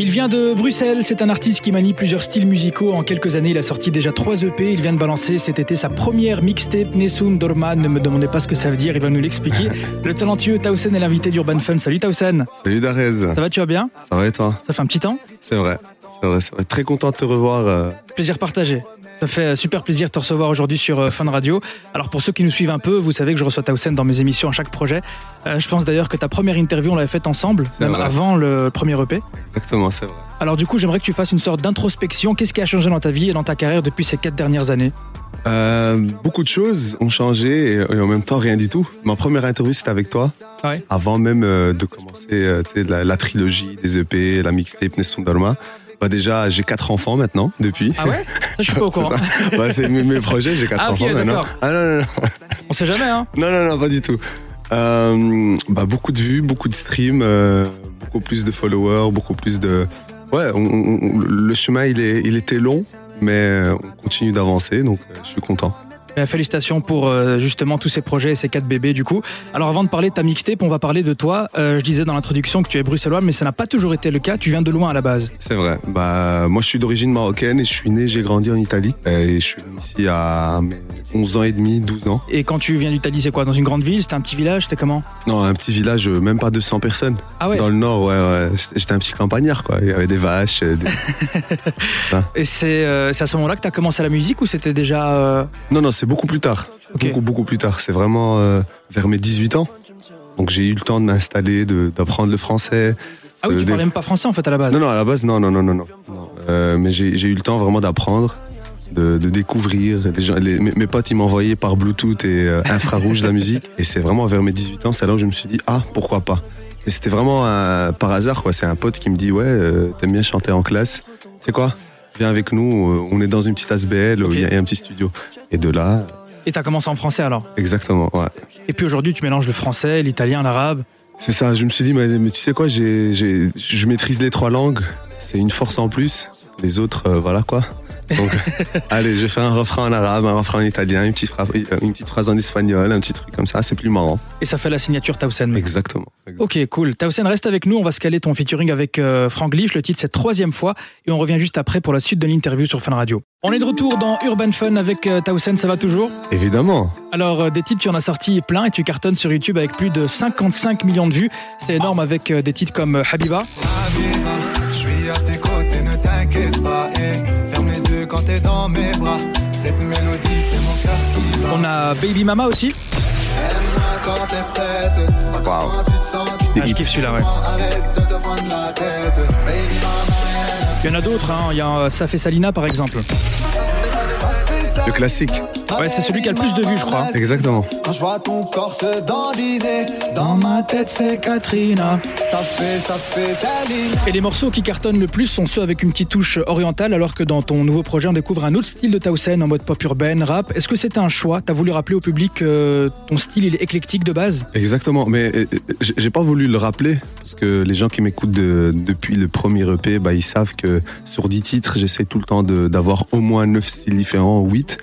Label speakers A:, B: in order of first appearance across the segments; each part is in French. A: Il vient de Bruxelles, c'est un artiste qui manie plusieurs styles musicaux. En quelques années, il a sorti déjà trois EP. Il vient de balancer cet été sa première mixtape, Nessun Dorma. Ne me demandez pas ce que ça veut dire, il va nous l'expliquer. le talentueux Tausen est l'invité d'Urban Fun. Salut Tausen
B: Salut Darez,
A: Ça va, tu vas bien
B: ça va et toi
A: Ça fait un petit temps
B: C'est vrai, c'est vrai, c'est vrai. Très content de te revoir. euh,
A: Plaisir partagé. Ça fait euh, super plaisir de te recevoir aujourd'hui sur euh, Fun Radio. Alors pour ceux qui nous suivent un peu, vous savez que je reçois Tausen dans mes émissions à chaque projet. Euh, je pense d'ailleurs que ta première interview, on l'avait faite ensemble,
B: C'est
A: même
B: vrai.
A: avant le premier E EP.
B: Exactement, c'est vrai.
A: Alors du coup, j'aimerais que tu fasses une sorte d'introspection. Qu'est-ce qui a changé dans ta vie et dans ta carrière depuis ces quatre dernières années
B: Euh, beaucoup de choses ont changé et, et en même temps rien du tout. Ma première interview c'était avec toi.
A: Ah ouais
B: Avant même euh, de commencer euh, tu sais, la, la trilogie des EP, la mixtape Nessun Dharma. Bah déjà j'ai quatre enfants maintenant depuis.
A: Ah ouais Ça, je suis pas au courant.
B: C'est ça. Bah, c'est mes, mes projets, j'ai quatre
A: Ah, ok,
B: enfants maintenant.
A: d'accord.
B: Ah non, non, non.
A: On sait jamais, hein
B: Non, non, non, pas du tout. Euh, bah, beaucoup de vues, beaucoup de streams, euh, beaucoup plus de followers, beaucoup plus de. Ouais, on- on- on- le chemin, il, est, il était long, mais on continue d'avancer, donc euh, je suis content.
A: Euh, Félicitations pour euh, justement tous ces projets et ces quatre bébés du coup. Alors avant de parler de ta mixtape, on va parler de toi. Euh, je disais dans l'introduction que tu es bruxellois, mais ça n'a pas toujours été le cas. Tu viens de loin à la base.
B: C'est vrai. Bah, moi, je suis d'origine marocaine et je suis né, j'ai grandi en Italie. Et je suis venu ici à mes 11 ans et demi, 12 ans.
A: Et quand tu viens d'Italie, c'est quoi Dans une grande ville C'était un petit village C'était comment
B: Non, un petit village, euh, même pas 200 personnes.
A: Ah ouais
B: Dans le nord, ouais, ouais. J'étais un petit campagnard, quoi. Il y avait des vaches. euh, des-
A: Et c'est euh, c'est à ce moment-là que tu as commencé la musique ou c'était déjà... euh,
B: Non, non, c'est beaucoup plus tard.
A: Ok.
B: Beaucoup, beaucoup plus tard. C'est vraiment euh, vers mes 18 ans. Donc j'ai eu le temps de m'installer, de- d'apprendre le français.
A: Ah oui,
B: Euh,
A: tu
B: des-
A: parlais même pas français en fait à la base.
B: Non, non, à la base, non, non, non, non. non. Non. Euh, mais j'ai j'ai eu le temps vraiment d'apprendre, de, de découvrir. Les gens- les- mes, mes potes, ils m'envoyaient par Bluetooth et euh, infrarouge de la musique. Et c'est vraiment vers mes 18 ans, c'est là où je me suis dit, ah, pourquoi pas Et c'était vraiment euh, par hasard, quoi. C'est un pote qui me dit, ouais, euh, t'aimes bien chanter en classe. C'est quoi Viens avec nous, euh, on est dans une petite ASBL,
A: Ok.
B: il y a- il y a un petit studio. Et de là,
A: Et tu as commencé en français alors.
B: exactement, ouais.
A: Et puis aujourd'hui, tu mélanges le français, l'italien, l'arabe.
B: C'est ça, je me suis dit, mais, mais tu sais quoi, j'ai, j'ai- je maîtrise les trois langues, c'est une force en plus. Les autres, euh, voilà quoi. Donc, allez, je fais un refrain en arabe, un refrain en italien, une petite, phrase, une petite phrase en espagnol, un petit truc comme ça, c'est plus marrant.
A: Et ça fait la signature Tausen.
B: Exactement.
A: Ok, cool. Tausen, reste avec nous. On va se caler ton featuring avec euh, Frank Lish. Le titre, c'est Troisième fois. Et on revient juste après pour la suite de l'interview sur Fun Radio. On est de retour dans Urban Fun avec euh, Tausen. Ça va toujours
B: Évidemment.
A: Alors, euh, des titres, tu en as sorti plein et tu cartonnes sur YouTube avec plus de 55 millions de vues. C'est énorme avec euh, des titres comme euh, Habiba.
C: Habiba, je suis à tes côtés, ne t'inquiète pas. Et ferme les yeux quand t'es dans mes bras. Cette mélodie, c'est mon cœur qui bat.
A: On a Baby Mama aussi.
C: Aime-moi quand t'es prête. Pas
B: Wow.
C: Quand tu te sens tout
B: Des
A: Ah, je
B: hits.
A: kiffe celui-là, ouais.
C: blanc, arrête de te prendre la tête. Baby mama,
A: Il y en a d'autres. hein. Il y a euh, Ça fait Salina, par exemple.
C: ça fait ça.
B: Le classique.
A: Ouais, c'est celui qui a le plus de vues, je crois.
B: Exactement.
C: Quand je vois ton corps se dandiner, dans ma tête c'est
A: Katrina.
C: ça fait, ça fait Salina.
A: Et les morceaux qui cartonnent le plus sont ceux avec une petite touche orientale, alors que dans ton nouveau projet, on découvre un autre style de Tausen en mode pop urbaine, rap. Est-ce que c'était un choix T'as voulu rappeler au public que ton style il est éclectique de base
B: Exactement, mais euh, euh, j'ai j'ai pas voulu le rappeler parce que les gens qui m'écoutent de- depuis le premier EP, bah, ils savent que sur 10 titres, j'essaie tout le temps de- d'avoir au moins 9 styles différents, 8.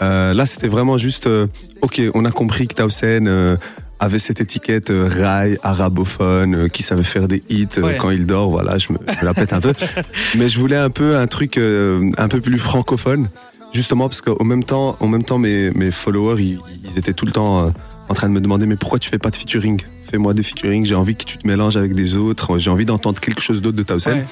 B: Euh, là, c'était vraiment juste, euh, ok, on a compris que Tausen euh, avait cette étiquette euh, rail, arabophone, euh, qui savait faire des hits euh,
A: Ouais.
B: quand il dort, voilà, je me, je me la pète un peu. mais je voulais un peu un truc euh, un peu plus francophone, justement parce qu'au même temps, en même temps mes, mes followers, ils, ils étaient tout le temps... euh, en train de me demander mais pourquoi tu fais pas de featuring Fais-moi des featuring, j'ai envie que tu te mélanges avec des autres, j'ai envie d'entendre quelque chose d'autre de Tausen.
A: Ouais.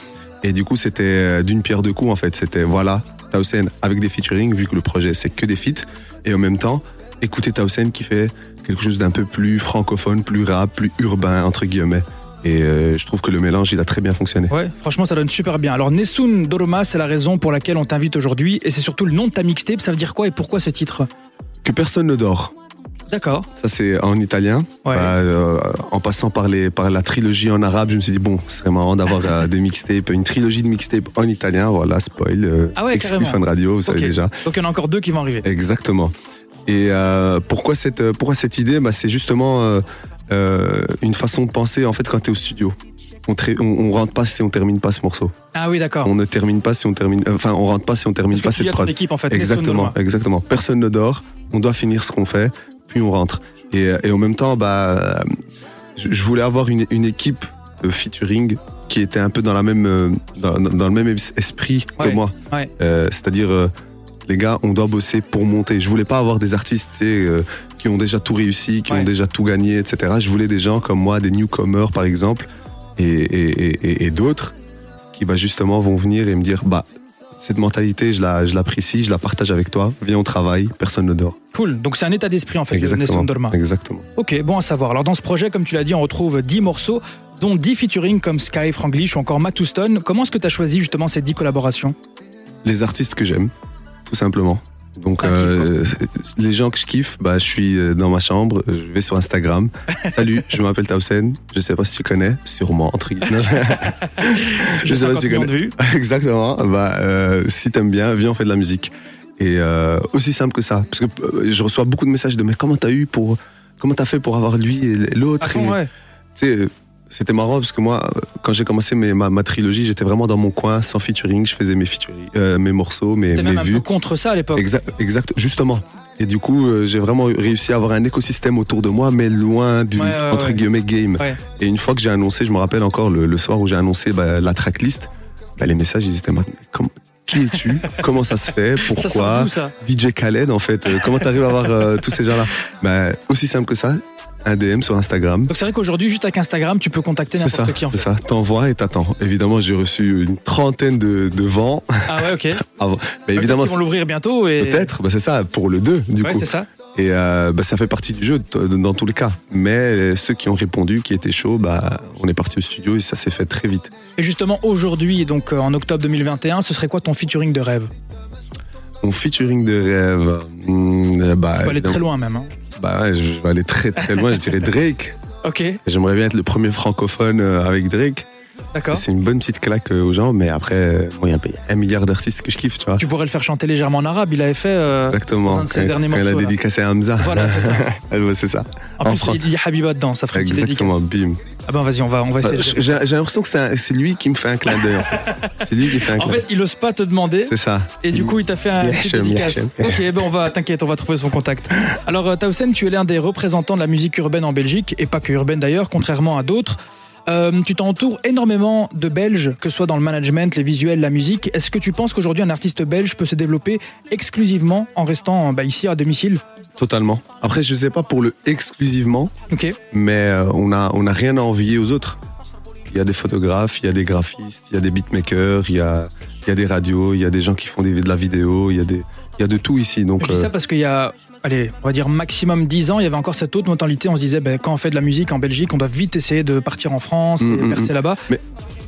B: Et du coup, c'était euh, d'une pierre deux coups en fait, c'était voilà, Tausen avec des featuring vu que le projet c'est que des feats et en même temps, écouter Tausen qui fait quelque chose d'un peu plus francophone, plus rap, plus urbain entre guillemets. Et euh, je trouve que le mélange, il a très bien fonctionné.
A: Ouais, franchement, ça donne super bien. Alors, Nessun Doroma, c'est la raison pour laquelle on t'invite aujourd'hui, et c'est surtout le nom de ta mixtape. Ça veut dire quoi et pourquoi ce titre
B: Que personne ne dort.
A: D'accord.
B: Ça, c'est en italien.
A: Ouais.
B: Bah, euh, en passant par, les, par la trilogie en arabe, je me suis dit, bon, ce serait marrant d'avoir euh, des mixtapes, une trilogie de mixtapes en italien. Voilà, spoil. euh,
A: Ah ouais,
B: exclu
A: carrément.
B: Fun Radio, vous savez
A: Ok.
B: déjà.
A: Donc, il y en a encore deux qui vont arriver.
B: Exactement. Et euh, pourquoi, cette, euh, pourquoi cette idée bah, C'est justement euh, euh, une façon de penser, en fait, quand tu es au studio. On, tré- on, on rentre pas si on termine pas ce morceau.
A: Ah oui, d'accord.
B: On ne termine pas si on termine. Enfin, on rentre pas si on termine
A: Parce que tu
B: pas cette
A: as ton
B: prod.
A: équipe en fait. Nessun
B: Exactement,
A: Doroma.
B: exactement. Personne ne dort. On doit finir ce qu'on fait, puis on rentre. euh, Et, et en même temps, bah, je je voulais avoir une, une équipe de featuring qui était un peu dans, la même, euh, dans, dans- dans le même es- esprit
A: Ouais.
B: que moi.
A: Ouais.
B: Euh, C'est-à-dire, euh, les gars, on doit bosser pour monter. Je voulais pas avoir des artistes tu sais, euh, qui ont déjà tout réussi, qui
A: Ouais.
B: ont déjà tout gagné, etc. Je voulais des gens comme moi, des newcomers par exemple, et, et- et- et- et d'autres qui bah, justement vont venir et me dire bah, cette mentalité, je la- je l'apprécie, je la partage avec toi, viens au travail, personne ne dort.
A: Cool. Donc c'est un état d'esprit en fait, de Nessun
B: Exactement.
A: Dorma.
B: Exactement.
A: Ok, bon à savoir. Alors dans ce projet, comme tu l'as dit, on retrouve 10 morceaux, dont 10 featuring comme Sky, Franglish ou encore Matt Houston. Comment est-ce que tu as choisi justement ces 10 collaborations
B: les artistes que j'aime, tout simplement. Donc
A: Un kiff,
B: euh, les gens que je kiffe, bah, je suis euh, dans ma chambre, je vais sur Instagram. Salut, je m'appelle Tausen, je sais pas si tu connais, sûrement entre guillemets.
A: J'ai
B: sais pas
A: 50
B: si tu
A: millions de vues.
B: Exactement. Bah, euh, si t'aimes bien, viens on fait de la musique. Et euh, aussi simple que ça, parce que euh, je reçois beaucoup de messages de mais comment t'as eu pour comment t'as fait pour avoir lui et
A: À
B: l'autre.
A: fond,
B: Et-
A: Ah ouais.
B: tu sais, euh, c'était marrant parce que moi, euh, quand j'ai commencé mes- ma, ma trilogie, j'étais vraiment dans mon coin, sans featuring. Je faisais mes featuring, euh, mes morceaux, mes,
A: T'es
B: mes
A: même un peu
B: vues.
A: contre ça à l'époque.
B: Exact, exact, justement. Et du coup, euh, j'ai vraiment réussi à avoir un écosystème autour de moi, mais loin du
A: Ouais, ouais,
B: entre
A: ouais.
B: guillemets game.
A: Ouais.
B: Et une fois que j'ai annoncé, je me rappelle encore le, le soir où j'ai annoncé bah, la tracklist, bah, les messages, ils étaient maintenant. Qui es-tu Comment ça se fait Pourquoi
A: Ça sort d'où ça
B: DJ Khaled en fait euh, Comment t'arrives à avoir euh, tous ces gens-là bah, Aussi simple que ça, un DM sur Instagram,
A: Donc c'est vrai qu'aujourd'hui, juste avec Instagram, tu peux contacter
B: c'est ça,
A: n'importe qui en
B: c'est
A: fait.
B: ça. T'envoies et t'attends. Évidemment, j'ai reçu une trentaine de, de vents.
A: Ah ouais, ok.
B: Mais évidemment,
A: ils vont l'ouvrir bientôt et.
B: peut-être, bah, c'est ça, pour le 2, du
A: Ouais,
B: coup.
A: c'est ça.
B: Et euh, bah, ça fait partie du jeu t- dans tous les cas. Mais euh, ceux qui ont répondu, qui étaient chauds, bah, on est parti au studio et ça s'est fait très vite.
A: Et justement, aujourd'hui, donc euh, en octobre 2021, ce serait quoi ton featuring de rêve
B: Mon featuring de rêve. hmm, euh, bah,
A: On va aller
B: évidemment,
A: très loin même. hein.
B: bah ouais, je vais aller très très loin. je dirais Drake.
A: Ok,
B: J'aimerais bien être le premier francophone euh, avec Drake.
A: d'accord.
B: C'est une bonne petite claque euh, aux gens, mais après, euh, bon, il y a un milliard d'artistes que je kiffe, tu vois.
A: Tu pourrais le faire chanter légèrement en arabe. Il avait fait. euh,
B: Exactement.
A: dans un de ses
B: Quand-
A: derniers
B: quand elle a
A: morceaux, là.
B: dédicacé à Hamza.
A: Voilà, c'est ça.
B: Elle veut, Ah, c'est ça.
A: En,
B: En
A: plus,
B: France.
A: il y a Habiba dedans, ça ferait une petite
B: Exactement,
A: dédicace.
B: bim.
A: Ah ben vas-y, on va, on va essayer de
B: J'ai
A: gérer.
B: j'ai l'impression que c'est un- c'est lui qui me fait un clin d'œil. en fait. C'est lui qui fait un
A: En
B: clin d'œil.
A: fait, il ose pas te demander.
B: C'est ça.
A: Et du coup, il t'a fait un
B: Yachem,
A: petit dédicace.
B: Yachem.
A: Ok, ben on va, t'inquiète, on va trouver son contact. Alors, euh, Tausen, tu es l'un des représentants de la musique urbaine en Belgique, et pas que urbaine d'ailleurs, contrairement à d'autres. Euh, tu t'entoures énormément de Belges, que ce soit dans le management, les visuels, la musique. Est-ce que tu penses qu'aujourd'hui un artiste belge peut se développer exclusivement en restant bah, ici à domicile
B: Totalement. Après, je sais pas pour le exclusivement,
A: Ok,
B: mais euh, on a, on a rien à envier aux autres. Il y a des photographes, il y a des graphistes, il y a des beatmakers, il y a, il y a des radios, il y a des gens qui font des, de la vidéo, il y, a des, il y a de tout ici. Donc,
A: je dis
B: euh,
A: ça parce qu'il y a, allez, on va dire maximum 10 ans, il y avait encore cette autre mentalité. On se disait, ben, quand on fait de la musique en Belgique, on doit vite essayer de partir en France
B: Mm,
A: et
B: mm,
A: percer là-bas.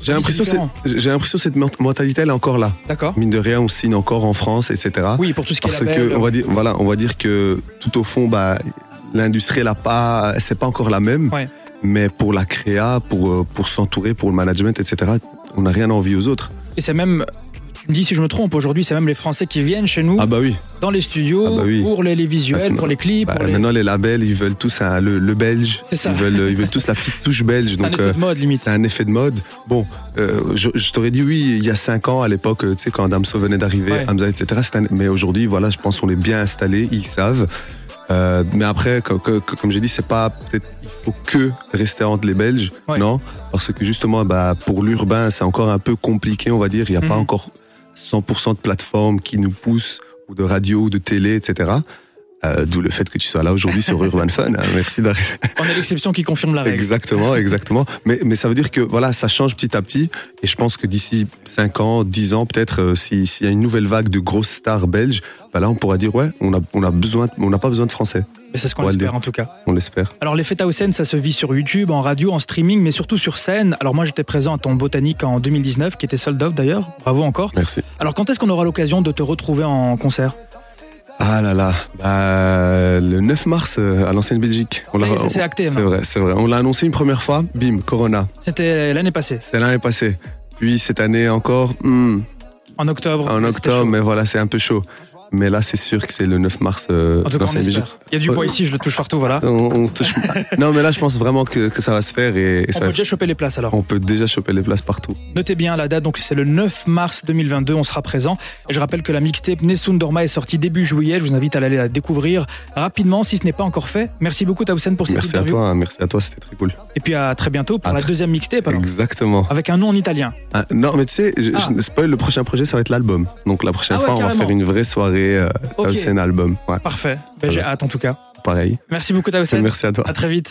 B: j'ai l'impression que
A: différent.
B: c'est- j'ai l'impression que cette ment- mentalité, elle est encore là.
A: D'accord
B: Mine de rien, on signe encore en France, etc.
A: Oui, pour tout ce qui est
B: Ah, parce
A: label,
B: que on va dire voilà on va dire que tout au fond bah l'industrie elle a pas c'est pas encore la même
A: Ouais.
B: mais pour la créa pour euh, pour s'entourer pour le management etc on n'a rien envie aux autres
A: Et c'est même, tu me dis si je me trompe, aujourd'hui, c'est même les Français qui viennent chez nous,
B: ah bah oui
A: dans les studios,
B: Ah bah oui.
A: pour les, les visuels,
B: Maintenant,
A: pour les clips,
B: Bah,
A: pour les...
B: maintenant les labels ils veulent tous un- le, le belge
A: C'est ça.
B: ils veulent euh, ils veulent tous la petite touche belge
A: C'est un
B: donc
A: effet
B: euh,
A: de mode, limite.
B: c'est un effet de mode. Bon, euh, je, je t'aurais dit oui il y a cinq ans à l'époque, euh, tu sais quand Damso venait d'arriver,
A: Ouais.
B: Hamza, etc. c'était un- Mais aujourd'hui, voilà, je pense qu'on est bien installés, ils savent. Euh, mais après, co- co- co- comme j'ai dit, c'est pas peut-être il faut que rester entre les Belges,
A: Ouais.
B: non Parce que justement, bah pour l'urbain, c'est encore un peu compliqué, on va dire. Il n'y a pas
A: Mhm.
B: encore 100% de plateformes qui nous poussent ou de radio ou de télé, etc. Euh, D'où le fait que tu sois là aujourd'hui sur Urban Fun. hein. Merci d'arriver.
A: On est l'exception qui confirme la règle.
B: Exactement, exactement. Mais, mais ça veut dire que voilà, ça change petit à petit. Et je pense que d'ici 5 ans, 10 ans, peut-être, euh, si- s'il y a une nouvelle vague de grosses stars belges, bah là, on pourra dire ouais, on a, on a besoin, de- on n'a pas besoin de français.
A: Et c'est ce qu'on
B: Ouais,
A: espère,
B: le-
A: en tout cas.
B: On l'espère.
A: Alors, les fêtes à Hausen, ça se vit sur YouTube, en radio, en streaming, mais surtout sur scène. Alors, moi, j'étais présent à ton Botanique en 2019, qui était sold out d'ailleurs. Bravo encore.
B: Merci.
A: Alors, quand est-ce qu'on aura l'occasion de te retrouver en concert
B: Ah là là, bah, le 9 mars euh, à l'ancienne Belgique. On
A: Ça y est,
B: l'a-
A: ça, c'est acté, hein.
B: C'est
A: maintenant.
B: vrai, c'est vrai. On l'a annoncé une première fois, bim, Corona.
A: C'était l'année passée,
B: C'est l'année passée. Puis cette année encore, hmm,
A: en octobre.
B: en
A: C'était chaud.
B: octobre, mais voilà, c'est un peu chaud. Mais là, c'est sûr que c'est le 9 mars. euh,
A: En tout cas,
B: dans
A: on
B: cette musique.
A: espère. Il y a du bois ici, je le touche partout, voilà.
B: On, on touche- non, mais là, je pense vraiment que, que ça va se faire et, et
A: On
B: ça
A: peut
B: va-
A: déjà choper les places alors.
B: on peut déjà choper les places partout.
A: Notez bien la date, donc c'est le 9 mars 2022, on sera présent. Et je rappelle que la mixtape Nessun Dorma est sortie début juillet, je vous invite à aller la découvrir rapidement si ce n'est pas encore fait. Merci beaucoup Tausen pour cette
B: Merci à
A: interview.
B: toi, hein, merci à toi, c'était très cool.
A: Et puis à très bientôt pour
B: À
A: la
B: très-
A: deuxième mixtape alors,
B: Exactement.
A: avec un nom en italien.
B: Ah, non, mais tu sais, je,
A: Ah.
B: je spoil, le prochain projet, ça va être l'album. Donc la prochaine
A: Ah ouais,
B: fois, on va
A: carrément.
B: faire une vraie soirée euh,
A: Ok.
B: Tausen album. Ouais,
A: Parfait, Ben, j'ai hâte en tout cas.
B: pareil.
A: Merci beaucoup Tausen,
B: Merci à toi.
A: à très vite.